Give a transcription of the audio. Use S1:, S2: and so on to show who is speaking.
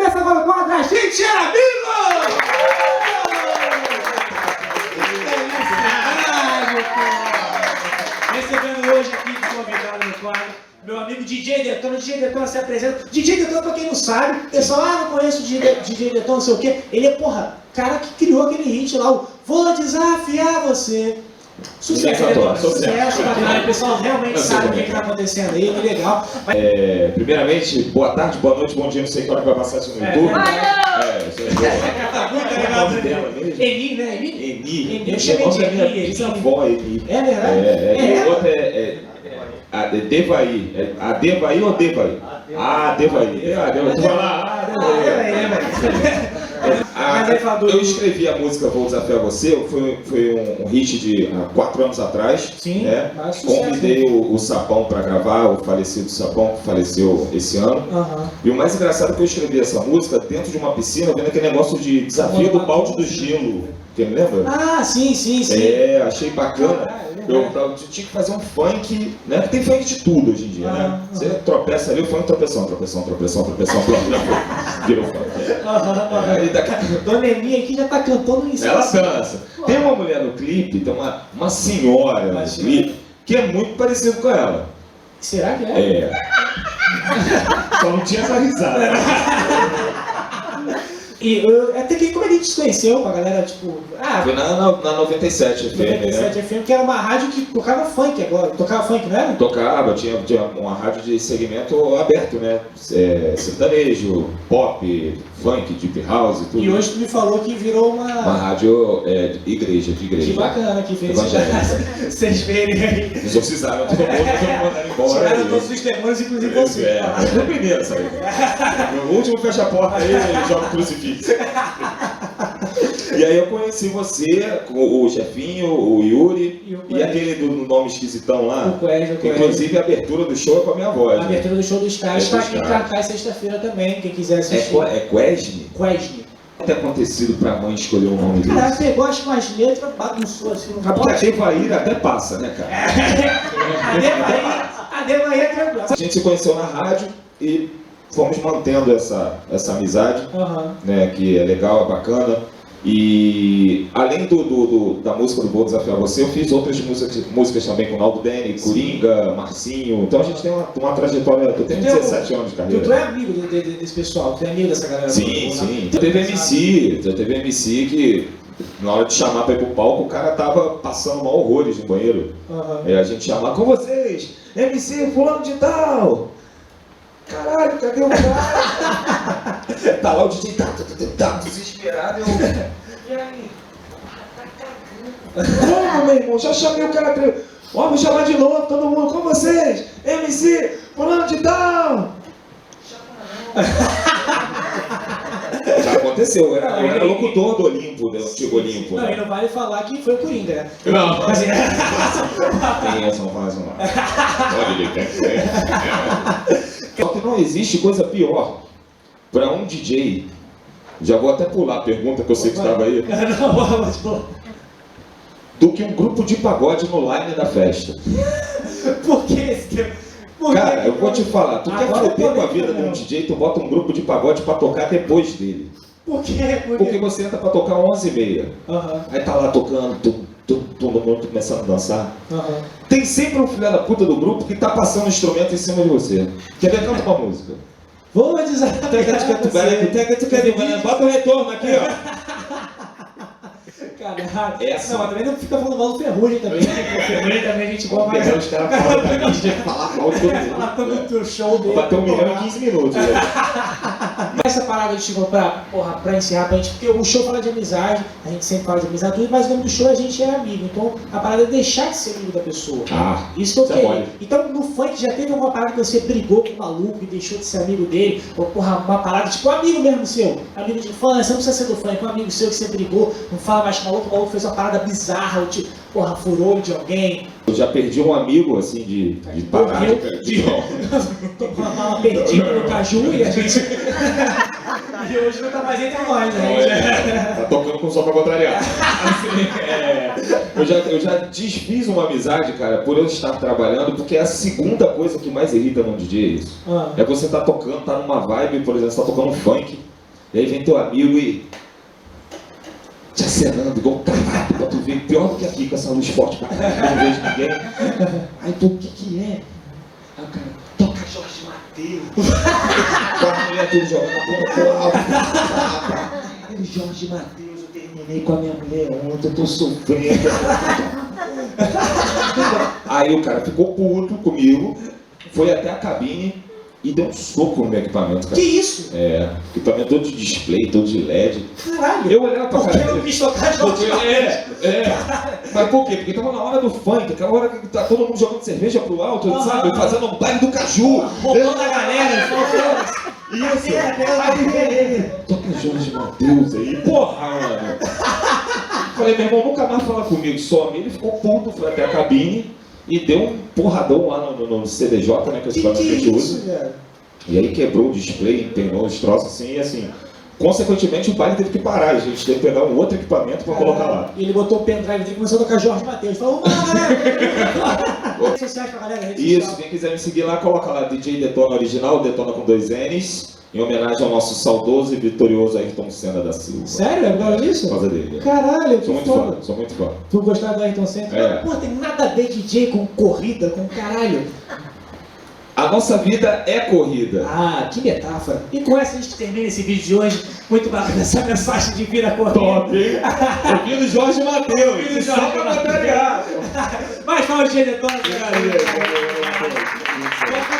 S1: Então, quadra, a gente era amigo! Felicidade, cara! Recebendo hoje aqui de convidado no quadro, meu amigo DJ Detona. DJ Detona se apresenta. DJ Detona, pra quem não sabe, pessoal, ah, não conheço o DJ, DJ Detona, não sei o quê. Ele é, porra, cara que criou aquele hit lá, o Vou Desafiar Você. Sucesso,
S2: Sucesso,
S1: Detona.
S2: Detona,
S1: Sucesso,
S2: sucesso.
S1: bacana. O pessoal realmente
S2: Eu sei
S1: sabe o que
S2: também.
S1: que tá acontecendo aí, que legal. Mas,
S2: É, primeiramente, boa tarde, boa noite, bom dia, não sei que hora que vai passar isso no
S1: É,
S2: YouTube.
S3: Valeu!
S2: É, isso aí.
S1: tá muito
S2: É o
S1: legal.
S2: nome
S1: né?
S2: dela mesmo?
S1: Eni, né? Eni?
S2: Eni,
S1: Eni,
S2: eu
S1: eu chamei
S2: chamo
S1: de
S2: da é minha
S1: Eni,
S2: bisavó Eni.
S1: É
S2: É,
S1: verdade?
S2: é, e
S1: É.
S2: o outro é, é, a de- Devaí. É a Devaí ou Devaí? Ah, Devaí. É, a Devaí. Tu vai lá, ah,
S1: Ah,
S2: Devaí.
S1: é, é, mas-
S2: Ah,
S1: Mas aí fala do-
S2: eu escrevi a música Vou Desafiar Você, foi, foi um, um hit de há quatro anos atrás.
S1: Sim,
S2: né?
S1: mas sucesso,
S2: Convidei o, o Sapão para gravar, o falecido Sapão, que faleceu esse ano.
S1: Aham.
S2: E o mais engraçado é que eu escrevi essa música dentro de uma piscina, vendo aquele negócio de desafio do balde do gelo. Quem lembra?
S1: Ah, sim, sim, sim.
S2: É, achei bacana.
S1: Ah, é verdade.
S2: Eu, eu tinha que fazer um funk, né? Porque tem funk de tudo hoje em dia, né?
S1: Ah,
S2: Você tropeça ali, o funk é tropeção, tropeção, tropeção, tropeção, pronto, já foi. Virou funk.
S1: Aham, aham.
S2: Aí daqui a pouco
S1: Dona Eni aqui já tá cantando isso.
S2: tá ela dança. Tem uma mulher no clipe, tem uma, uma senhora no
S1: Imagina.
S2: clipe, que é muito parecido com ela.
S1: Será que é?
S2: É. Só não tinha essa risada.
S1: E eu, é até que como a gente se conheceu com a galera, tipo, ah,
S2: Foi na, na, na 97 FM, né?
S1: 97 FM, que era uma rádio que tocava funk agora. Tocava funk, não era?
S2: Tocava, tinha, tinha uma rádio de segmento aberto, né? É, sertanejo, pop, funk, deep house e tudo.
S1: E hoje tu me falou que virou
S2: Uma
S1: uma.
S2: rádio é, de igreja, de
S1: Que
S2: igreja.
S1: bacana, que fez
S2: Evangélica.
S1: vocês verem aí.
S2: Exorcizaram todo mundo, todo mundo mandaram embora.
S1: Tiraram todos os demônios, inclusive você.
S2: É, mas foi o primeiro, sabe? O último fecha a porta aí e joga o crucifixo. E aí eu conheci você, o o Jefinho, o Yuri
S1: E o
S2: e
S1: Coelho.
S2: aquele do nome esquisitão
S1: O
S2: lá.
S1: Coelho, o Coelho.
S2: Inclusive a abertura do show é com a minha voz.
S1: A
S2: né?
S1: abertura do show dos caras
S2: Show
S1: tá
S2: dos
S1: aqui em
S2: Caras.
S1: cartaz sexta-feira também, quem quiser
S2: É,
S1: assistir.
S2: co- é Quesne?
S1: Quesne.
S2: O que tem acontecido pra mãe escolher o nome dele?
S1: Caralho, pegou as umas letras, bagunçou assim no
S2: Rapaz,
S1: pote.
S2: a Devaíra até passa, né, cara?
S1: A Devaí, a Devaí é tranquila.
S2: A gente se conheceu na rádio e fomos mantendo essa, essa amizade,
S1: Aham.
S2: né, que é legal, é bacana. E além do, do- do- da música do Vou Desafiar Você, eu fiz outras músicas, músicas também com o Naldo Dene,
S1: Sim.
S2: Coringa, Marcinho. Então a gente tem uma, uma trajetória. Eu tenho
S1: Tu tem
S2: 17 anos de
S1: Tu, tu
S2: carreira.
S1: é amigo do- de- de- desse pessoal, tu é amigo dessa galera?
S2: Sim,
S1: toda, né?
S2: sim. Já teve MC, já teve MC que na hora de chamar pra ir pro palco, o cara tava passando mal horrores no banheiro.
S1: Aham.
S2: É, a gente chama com vocês, MC Fulano de Tal. Caralho, cadê o cara? tá lá o DJ, tá, tá, tá, tá, desesperado. Eu... E aí? Como, meu irmão? Já chamei o cara. pra- Ó, vou chamar de novo, todo mundo com vocês, MC Fulano de Tal. Já aconteceu, eu era, eu era locutor do Olimpo, do antigo Olimpo.
S1: Não, e
S2: Né?
S1: não vale falar que foi o Coringa, né?
S2: Não.
S1: Assim,
S2: Tem essa, não faz uma. Olha ele, É. Só que não existe coisa pior pra um DJ. Já vou até pular a pergunta que eu sei que estava aí.
S1: não, tipo, mas, pô,
S2: Do que um grupo de pagode no line da festa.
S1: por que esse tempo? Por
S2: Cara,
S1: que-
S2: eu vou te falar, tu quer
S1: Agora
S2: foder com a
S1: pode-
S2: vida de um DJ, tu bota um grupo de pagode pra tocar depois dele.
S1: Por que? Por
S2: Porque
S1: que?
S2: você entra pra tocar 11h30.
S1: Aham,
S2: Aí tá lá tocando, tum, tum, todo mundo começando a dançar.
S1: aham.
S2: Tem sempre um filho da puta do grupo que tá passando um instrumento em cima de você. Quer ver? Canta uma música.
S1: Vamos desafiar você.
S2: Bota o retorno aqui, ó.
S1: Caralho.
S2: Essa.
S1: Não, mas também não fica falando mal do Ferrugem também. porque o Ferrugem também a gente gosta mais.
S2: os caras fora daqui, falar mal de todo
S1: Vai falar tanto do show dele.
S2: Bateu um milhão em 15 minutos. né?
S1: Essa parada de Chico pra, porra, pra encerrar pra gente, porque o show fala de amizade, a gente sempre fala de amizade, tudo, mas o nome do show é a gente é amigo. Então a parada é deixar de ser amigo da pessoa.
S2: Ah,
S1: Isso que eu
S2: Isso é
S1: queria.
S2: mole.
S1: Então no funk já teve alguma parada que você brigou com o maluco e deixou de ser amigo dele? Ou porra, uma parada, tipo, um amigo mesmo seu, amigo de infância, não precisa ser do funk, um amigo seu que você brigou, não fala mais com o maluco, o maluco fez uma parada bizarra, ou tipo, porra, furou o olho de alguém,
S2: eu já perdi um amigo, assim, de, de parar de-
S1: Morreu.
S2: de-
S1: tocou uma bala perdida no caju e a gente. e hoje não tá mais entre nós, né?
S2: É, Tá tocando com o som pra contrariar. Assim, é, eu, já, eu já desfiz uma amizade, cara, por eu estar trabalhando, porque é a segunda coisa que mais irrita num DJ é isso.
S1: Ah.
S2: É você tá tocando, tá numa vibe, por exemplo, você tá tocando um funk. E aí vem teu amigo e te acenando igual um caralho pra tu ver. Pior do que aqui com essa luz forte pra caralho, eu não vejo ninguém. Aí tu, o que que é? Aí o cara, toca Jorge Mateus. Bota a mulher tudo jogando a bunda pro alto. Ele, Jorge Mateus, eu terminei com a minha mulher ontem, eu tô sofrendo. Aí o cara ficou puto comigo, foi até a cabine e deu um soco no meu equipamento,
S1: Que
S2: cara.
S1: isso?
S2: É, equipamento todo de display, todo de LED.
S1: Caralho!
S2: Eu olhava pra
S1: Por que
S2: cara
S1: eu
S2: dele.
S1: não quis tocar
S2: Porque,
S1: Jorge
S2: é,
S1: Mateus?
S2: é. Mas por quê? Porque tava na hora do funk, aquela hora que tá todo mundo jogando cerveja pro alto,
S1: Aham.
S2: sabe? Fazendo um baile do caju.
S1: Roubando a galera,
S2: É,
S1: faltando.
S2: Isso.
S1: Era, era, era.
S2: Toca Jorge Matheus aí. Porra, mano. Falei, meu irmão, nunca mais fala comigo, some. Ele ficou puto, foi até a cabine e deu um porradão lá no, no- no CDJ, né? Que eu
S1: Que
S2: sou
S1: que é
S2: que uso.
S1: isso, velho?
S2: E aí quebrou o display, empenhou os troços assim e assim. Consequentemente, o baile teve que parar, a gente teve que pegar um outro equipamento pra colocar lá.
S1: E ele botou o pendrive dele e começou a tocar Jorge Matheus. Falou, vamos lá, galera! Redes sociais pra galera, é redes
S2: Isso,
S1: sociais.
S2: quem quiser me seguir lá, coloca lá DJ Detona Original, Detona com dois N's, em homenagem ao nosso saudoso e vitorioso Ayrton Senna da Silva.
S1: Sério? É por causa
S2: Por
S1: disso?
S2: causa dele.
S1: Caralho,
S2: Sou
S1: que
S2: muito
S1: foda.
S2: fã, sou muito fã.
S1: Tu gostava do Ayrton Senna?
S2: É.
S1: Pô, tem nada a ver DJ com corrida, com caralho.
S2: A nossa vida é corrida.
S1: Ah, que metáfora. E com essa a gente termina esse vídeo de hoje. Muito bacana essa mensagem de vira corrida.
S2: hein? Ouvindo Jorge
S1: Ouvindo
S2: Matheus,
S1: Jorge
S2: só pra contrariar.
S1: Mais palmas de Detona, galera.
S2: Valeu, valeu, valeu.